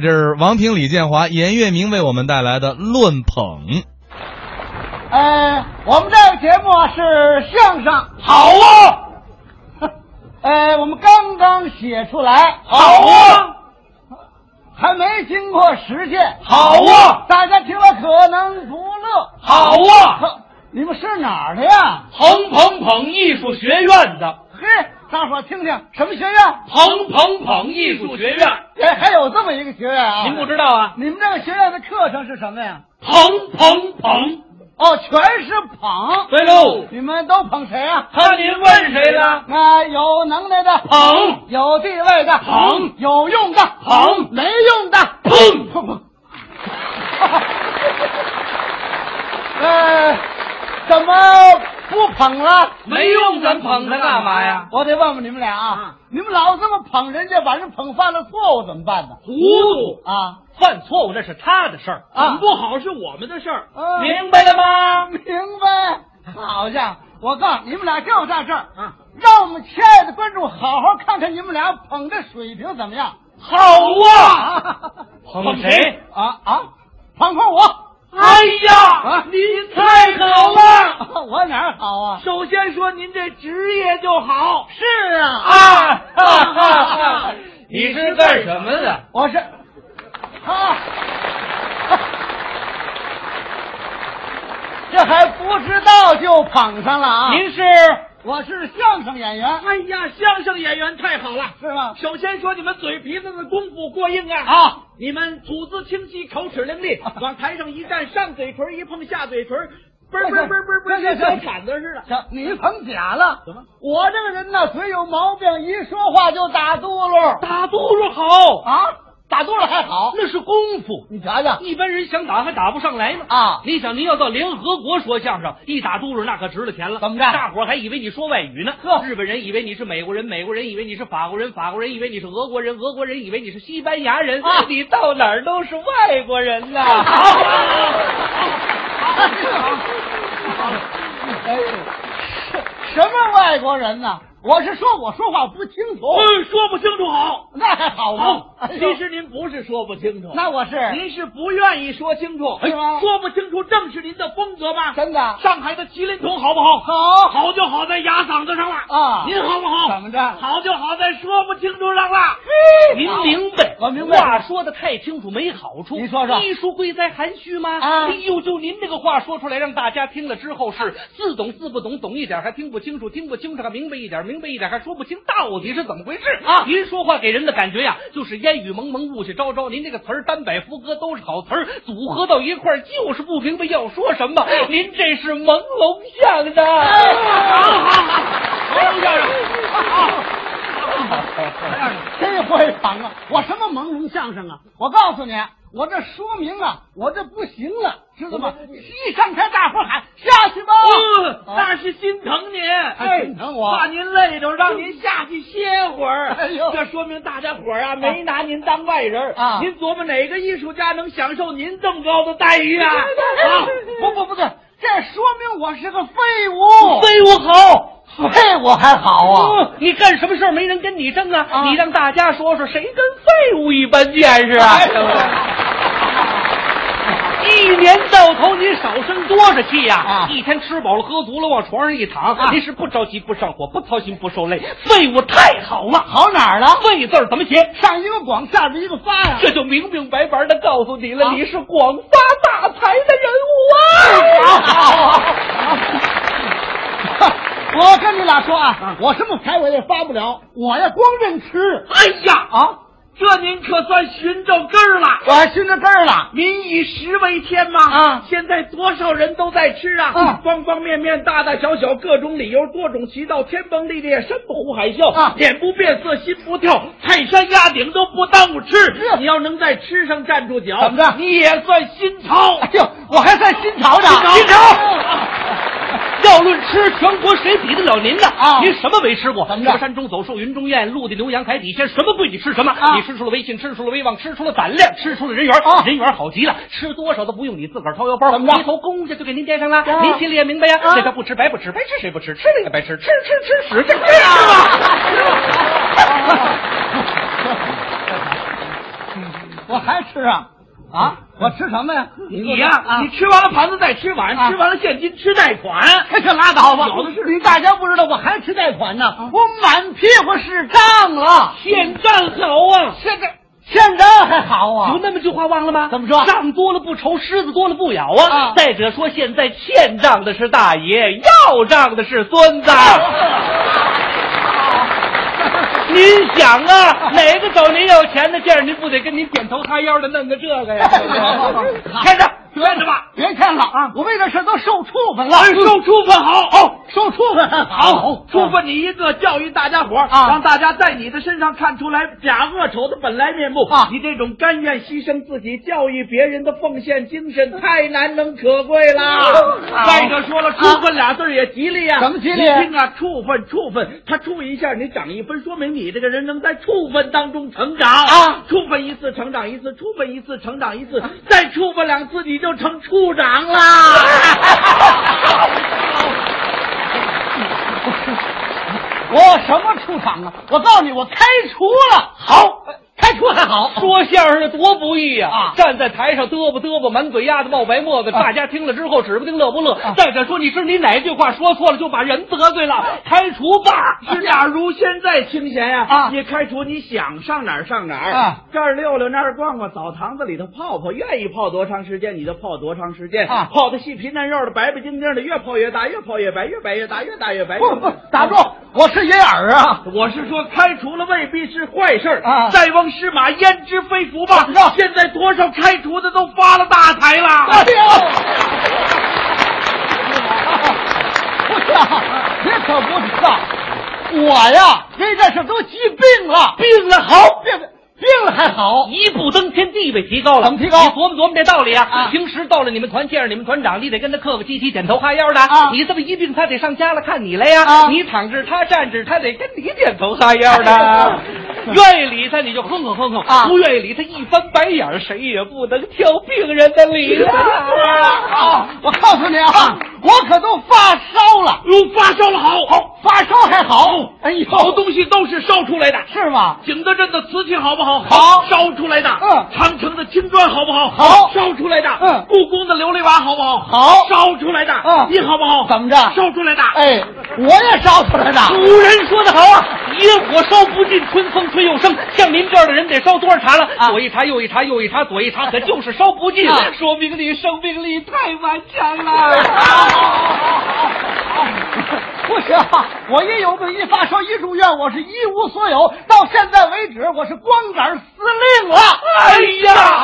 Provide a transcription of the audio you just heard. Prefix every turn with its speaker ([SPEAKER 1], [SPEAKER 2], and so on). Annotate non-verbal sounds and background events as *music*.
[SPEAKER 1] 这是王平、李建华、严跃明为我们带来的《论捧》。
[SPEAKER 2] 呃，我们这个节目啊是相声，
[SPEAKER 3] 好啊，
[SPEAKER 2] 呃，我们刚刚写出来，
[SPEAKER 3] 好啊，
[SPEAKER 2] 还没经过实践，
[SPEAKER 3] 好啊，
[SPEAKER 2] 大家听了可能不乐。
[SPEAKER 3] 好啊！
[SPEAKER 2] 呵你们是哪儿的呀？
[SPEAKER 3] 彭彭彭艺术学院的
[SPEAKER 2] 嘿，大伙儿听听，什么学院？
[SPEAKER 3] 彭彭彭艺术学院，
[SPEAKER 2] 哎，还有这么一个学院啊？
[SPEAKER 3] 您不知道啊？
[SPEAKER 2] 你们这个学院的课程是什么呀？
[SPEAKER 3] 彭彭彭，
[SPEAKER 2] 哦，全是捧，
[SPEAKER 3] 对喽，
[SPEAKER 2] 你们都捧谁啊？
[SPEAKER 3] 看您问谁了？
[SPEAKER 2] 啊，有能耐的
[SPEAKER 3] 捧
[SPEAKER 2] 有地位的
[SPEAKER 3] 捧
[SPEAKER 2] 有用的
[SPEAKER 3] 捧
[SPEAKER 2] 没用的
[SPEAKER 3] 砰
[SPEAKER 2] 砰砰。呃，怎么不捧了？
[SPEAKER 3] 没用，咱捧他干嘛呀？
[SPEAKER 2] 我得问问你们俩啊，你们老这么捧人家，把人捧犯了错误怎么办呢？
[SPEAKER 3] 糊涂，
[SPEAKER 2] 啊，
[SPEAKER 3] 犯错误那是他的事儿，
[SPEAKER 2] 啊
[SPEAKER 3] 很不好是我们的事儿，
[SPEAKER 2] 嗯
[SPEAKER 3] 明白了吗？
[SPEAKER 2] 明白。
[SPEAKER 3] 啊
[SPEAKER 2] 好家伙，我告诉你们俩就在这儿啊，让我们亲爱的观众好好看看你们俩捧的水平怎么样。
[SPEAKER 3] 好啊，
[SPEAKER 2] 啊
[SPEAKER 3] 捧谁？
[SPEAKER 2] 啊啊！捧捧我。
[SPEAKER 3] 哎呀
[SPEAKER 2] 啊，
[SPEAKER 3] 您太好了！
[SPEAKER 2] *laughs* 我哪儿好啊？
[SPEAKER 3] 首先说您这职业就好
[SPEAKER 2] 是啊，
[SPEAKER 3] 啊，哈哈
[SPEAKER 2] *laughs*
[SPEAKER 3] 哈！你是干什么的？
[SPEAKER 2] 我是啊， *laughs* 这还不知道就捧上了啊！
[SPEAKER 3] 您是？
[SPEAKER 2] 我是相声演员，
[SPEAKER 3] 哎呀，相声演员太好了！
[SPEAKER 2] 是吗？
[SPEAKER 3] 首先说你们嘴皮子的功夫过硬啊！啊
[SPEAKER 2] 啊，
[SPEAKER 3] 你们吐字清晰，口齿伶俐，往台上一站，上嘴唇一碰，下嘴唇，嘣儿嘣儿嘣儿嘣儿嘣儿，跟小铲子似的。
[SPEAKER 2] 这你捧假了？
[SPEAKER 3] 怎么？
[SPEAKER 2] 我这个人呢，嘴有毛病，一说话就打嘟噜
[SPEAKER 3] 打嘟噜好，
[SPEAKER 2] 啊，打嘟噜还好。
[SPEAKER 3] 那是功夫，
[SPEAKER 2] 你瞧瞧
[SPEAKER 3] 一般人想打还打不上来呢。
[SPEAKER 2] 啊，
[SPEAKER 3] 你想，您要到联合国说相声，一打嘟噜那可值了钱了。
[SPEAKER 2] 怎么着
[SPEAKER 3] 大伙儿还以为你说外语呢。
[SPEAKER 2] 呵
[SPEAKER 3] 日本人以为你是美国人，美国人以为你是法国人，法国人以为你是俄国人，俄国人以为你是西班牙人。
[SPEAKER 2] 啊
[SPEAKER 3] 你到哪儿都是外国人呐。 *laughs*
[SPEAKER 2] 哎呦，什什么外国人呢？我是说我说话不清楚，
[SPEAKER 3] 嗯，说不清楚好。
[SPEAKER 2] *laughs* 那还好吗
[SPEAKER 3] 好？，
[SPEAKER 2] 哎呦
[SPEAKER 3] 其实您不是说不清楚，
[SPEAKER 2] 那我是
[SPEAKER 3] 您是不愿意说清楚，
[SPEAKER 2] 是吗
[SPEAKER 3] 哎说不清楚正是您的风格吧？
[SPEAKER 2] 真的
[SPEAKER 3] 上海的麒麟童好不好？
[SPEAKER 2] 好
[SPEAKER 3] 好就好在压嗓子上了
[SPEAKER 2] 啊
[SPEAKER 3] 您好不好？
[SPEAKER 2] 怎么着
[SPEAKER 3] 好就好在说不清楚上了。您
[SPEAKER 2] 好
[SPEAKER 3] 明白，
[SPEAKER 2] 我明白
[SPEAKER 3] 话说的太清楚没好处。
[SPEAKER 2] 您说说
[SPEAKER 3] 艺术贵在含蓄吗？
[SPEAKER 2] 啊
[SPEAKER 3] 哎呦，就您这个话说出来，让大家听了之后是似懂似不懂，懂一点还听不清楚，听不清楚还明白一点，明白一点还说不清到底是怎么回事
[SPEAKER 2] 啊
[SPEAKER 3] 您说话给人的感觉呀，就是烟雨蒙蒙，雾气昭昭。您这个词儿单摆副歌都是好词儿，组合到一块儿就是不明白要说什么。您这是朦胧相的。
[SPEAKER 2] 哎
[SPEAKER 3] 好好好， *laughs* 朦胧相声。
[SPEAKER 2] 真会捧啊！我什么朦胧相声啊？我告诉你，我这说明啊，我这不行了，知道吗？一上台，大伙儿喊下去吧。
[SPEAKER 3] 哦，
[SPEAKER 2] 啊
[SPEAKER 3] 那是心疼您，
[SPEAKER 2] 哎心疼我
[SPEAKER 3] 怕您累着，让您下去歇会儿。
[SPEAKER 2] 哎呦
[SPEAKER 3] 这说明大家伙儿啊，没拿您当外人儿
[SPEAKER 2] 啊
[SPEAKER 3] 您琢磨哪个艺术家能享受您这么高的待遇啊？啊，
[SPEAKER 2] 不不不对，这说明我是个废物。
[SPEAKER 3] 非我好。
[SPEAKER 2] 废物哦还好啊！
[SPEAKER 3] 嗯，你干什么事儿没人跟你争啊？
[SPEAKER 2] 啊
[SPEAKER 3] 你让大家说说，谁跟废物一般见识啊？
[SPEAKER 2] 哎呦
[SPEAKER 3] 一年到头您少生多少气呀、
[SPEAKER 2] 哎啊
[SPEAKER 3] 一天吃饱了喝足了，往床上一躺，
[SPEAKER 2] 啊
[SPEAKER 3] 您是不着急不上火，不操心不受累，废物太好了。
[SPEAKER 2] 好哪儿了？
[SPEAKER 3] 废字儿怎么写？
[SPEAKER 2] 上一个广，下边一个发呀！
[SPEAKER 3] 这就明明白白的告诉你了，
[SPEAKER 2] 啊
[SPEAKER 3] 你是广发大财的人物啊！
[SPEAKER 2] *laughs* 好我跟你俩说啊，我什么财我也发不了，我呀光认吃
[SPEAKER 3] 哎呀，
[SPEAKER 2] 啊，
[SPEAKER 3] 这您可算寻着根儿了。
[SPEAKER 2] 我还熏着根儿了。
[SPEAKER 3] 民以食为天嘛，
[SPEAKER 2] 啊
[SPEAKER 3] 现在多少人都在吃啊，
[SPEAKER 2] 啊
[SPEAKER 3] 方方面面、大大小小、各种理由、多种渠道，天崩地裂、山不呼海啸，
[SPEAKER 2] 啊
[SPEAKER 3] 脸不变色、心不跳，泰山压顶都不耽误吃。
[SPEAKER 2] 是
[SPEAKER 3] 你要能在吃上站住脚，
[SPEAKER 2] 怎么着
[SPEAKER 3] 你也算新潮。
[SPEAKER 2] 哎呦，我还算新潮呢。
[SPEAKER 3] 新潮要论吃，全国谁比得了您呢？
[SPEAKER 2] 啊
[SPEAKER 3] 您什么没吃过？
[SPEAKER 2] 怎么着
[SPEAKER 3] 什山中走兽，云中雁，陆地牛羊海底鲜，什么贵你吃什么？
[SPEAKER 2] 啊
[SPEAKER 3] 你吃出了威信，吃出了威望，吃出了胆量，吃出了人缘。
[SPEAKER 2] 啊
[SPEAKER 3] 人缘好极了，吃多少都不用你自个儿掏腰包，
[SPEAKER 2] 怎么着
[SPEAKER 3] 一头公家就给您垫上了。
[SPEAKER 2] 啊
[SPEAKER 3] 您心里也明白呀，
[SPEAKER 2] 啊
[SPEAKER 3] 这叫不吃白不吃，白吃谁不吃？吃了也白吃，吃吃吃屎这吃啊！
[SPEAKER 2] 啊我还吃啊啊！我吃什么呀？
[SPEAKER 3] 你呀、
[SPEAKER 2] 啊
[SPEAKER 3] 你吃完了盘子再吃碗，
[SPEAKER 2] 啊
[SPEAKER 3] 吃完了现金吃贷款。
[SPEAKER 2] 这可拉倒吧！
[SPEAKER 3] 有的是啊
[SPEAKER 2] 你大家不知道，我还吃贷款呢，我满屁股是账了。
[SPEAKER 3] 现账好啊！
[SPEAKER 2] 现在现在还好啊
[SPEAKER 3] 有？那么句话忘了吗？
[SPEAKER 2] 怎么说
[SPEAKER 3] 账多了不愁，狮子多了不咬
[SPEAKER 2] 啊
[SPEAKER 3] 啊！再者说，现在欠账的是大爷，要账的是孙子。啊
[SPEAKER 2] 啊
[SPEAKER 3] 您想啊，哪个手您有钱的劲儿，您不得跟您点头哈腰的弄个这
[SPEAKER 2] *laughs*
[SPEAKER 3] 个呀？开着，开着吧！
[SPEAKER 2] 别欠了啊！我为这事都受处分了，
[SPEAKER 3] 哎受处分好，哦好。
[SPEAKER 2] 受处分
[SPEAKER 3] 好，处分你一个，教育大家伙儿
[SPEAKER 2] 啊
[SPEAKER 3] 让大家在你的身上看出来假恶丑的本来面目
[SPEAKER 2] 啊
[SPEAKER 3] 你这种甘愿牺牲自己、教育别人的奉献精
[SPEAKER 2] *laughs*
[SPEAKER 3] 神，太难能可贵了。
[SPEAKER 2] 好
[SPEAKER 3] 再者说了，处分俩字儿也吉利呀、
[SPEAKER 2] 啊怎么吉利
[SPEAKER 3] 你听啊，处分，处分，他处一下你长一分，说明你这个人能在处分当中成长
[SPEAKER 2] 啊。
[SPEAKER 3] 处分一次，成长一次；处分一次，成长一次；再处分两次，你就成处长 *laughs* 啦。
[SPEAKER 2] 我什么出场啊？我告诉你，我开除了。好，开除还好。
[SPEAKER 3] 哎说相声的多不易呀、
[SPEAKER 2] 啊
[SPEAKER 3] 站在台上嘚啵嘚啵，满嘴丫子冒白沫子，
[SPEAKER 2] 啊
[SPEAKER 3] 大家听了之后指不定乐不乐。再者说，你知你哪句话说错了，就把人得罪了，开除吧。是啊假如现在清闲呀、
[SPEAKER 2] 啊
[SPEAKER 3] 你开除，你想上哪儿上哪儿，
[SPEAKER 2] 啊
[SPEAKER 3] 这儿溜溜那儿逛逛，澡堂子里头泡泡，愿意泡多长时间你就泡多长时间，
[SPEAKER 2] 啊
[SPEAKER 3] 泡的细皮嫩肉的，白白净净的，越泡越大，越泡越白，越白越大，越大越白。
[SPEAKER 2] 不不，打住！我是银耳啊！
[SPEAKER 3] 我是说，开除了未必是坏事儿
[SPEAKER 2] 啊
[SPEAKER 3] 塞翁失马，焉知非福吧
[SPEAKER 2] 让
[SPEAKER 3] 现在多少开除的都发了大财
[SPEAKER 2] 哎
[SPEAKER 3] 了。
[SPEAKER 2] 呦，不是啊，你可不知道，我呀为这事都急病了，
[SPEAKER 3] 病了好，
[SPEAKER 2] 病病了还好。
[SPEAKER 3] 一步登天，地位提高了。
[SPEAKER 2] 怎么提高
[SPEAKER 3] 你琢磨琢磨这道理啊！
[SPEAKER 2] 啊
[SPEAKER 3] 平时到了你们团见着你们团长，你得跟他客客气气、点头哈腰的。
[SPEAKER 2] 啊
[SPEAKER 3] 你这么一病，他得上家了看你来呀、
[SPEAKER 2] 啊
[SPEAKER 3] 你躺着，他站着，他得跟你点头哈腰的。
[SPEAKER 2] *laughs* 哎
[SPEAKER 3] 愿意理他你就哼哼哼哼，
[SPEAKER 2] 啊
[SPEAKER 3] 不愿意理他一翻白眼儿，谁也不能挑病人的理
[SPEAKER 2] *laughs*
[SPEAKER 3] 了。
[SPEAKER 2] 啊！我告诉你啊，我可都发烧了，
[SPEAKER 3] 哟，发烧了好，好，
[SPEAKER 2] 发烧还好。哎呦，
[SPEAKER 3] 好东西都是烧出来的。
[SPEAKER 2] 是吗？
[SPEAKER 3] 景德镇的瓷器好不好？
[SPEAKER 2] 好
[SPEAKER 3] 烧出来的。
[SPEAKER 2] 嗯
[SPEAKER 3] 长城的青砖好不好？
[SPEAKER 2] 好
[SPEAKER 3] 烧出来的。
[SPEAKER 2] 嗯
[SPEAKER 3] 故宫的琉璃瓦好不好？
[SPEAKER 2] 好
[SPEAKER 3] 烧出来的。
[SPEAKER 2] 嗯
[SPEAKER 3] 你好不好？
[SPEAKER 2] 怎么着
[SPEAKER 3] 烧出来的。，
[SPEAKER 2] 哎，我也烧出来的。 *laughs*
[SPEAKER 3] 古人说的好啊，野火烧不尽，春风吹又生。像您这样的人得烧多少茶了？
[SPEAKER 2] 啊
[SPEAKER 3] 左一茶，右一茶，右一茶，左一茶，可就是烧不尽，
[SPEAKER 2] 啊
[SPEAKER 3] 说明你生命力太顽强了。
[SPEAKER 2] 不行，我一有病一发烧一住院，我是一无所有。到现在为止，我是光杆司令了。
[SPEAKER 3] 哎呀！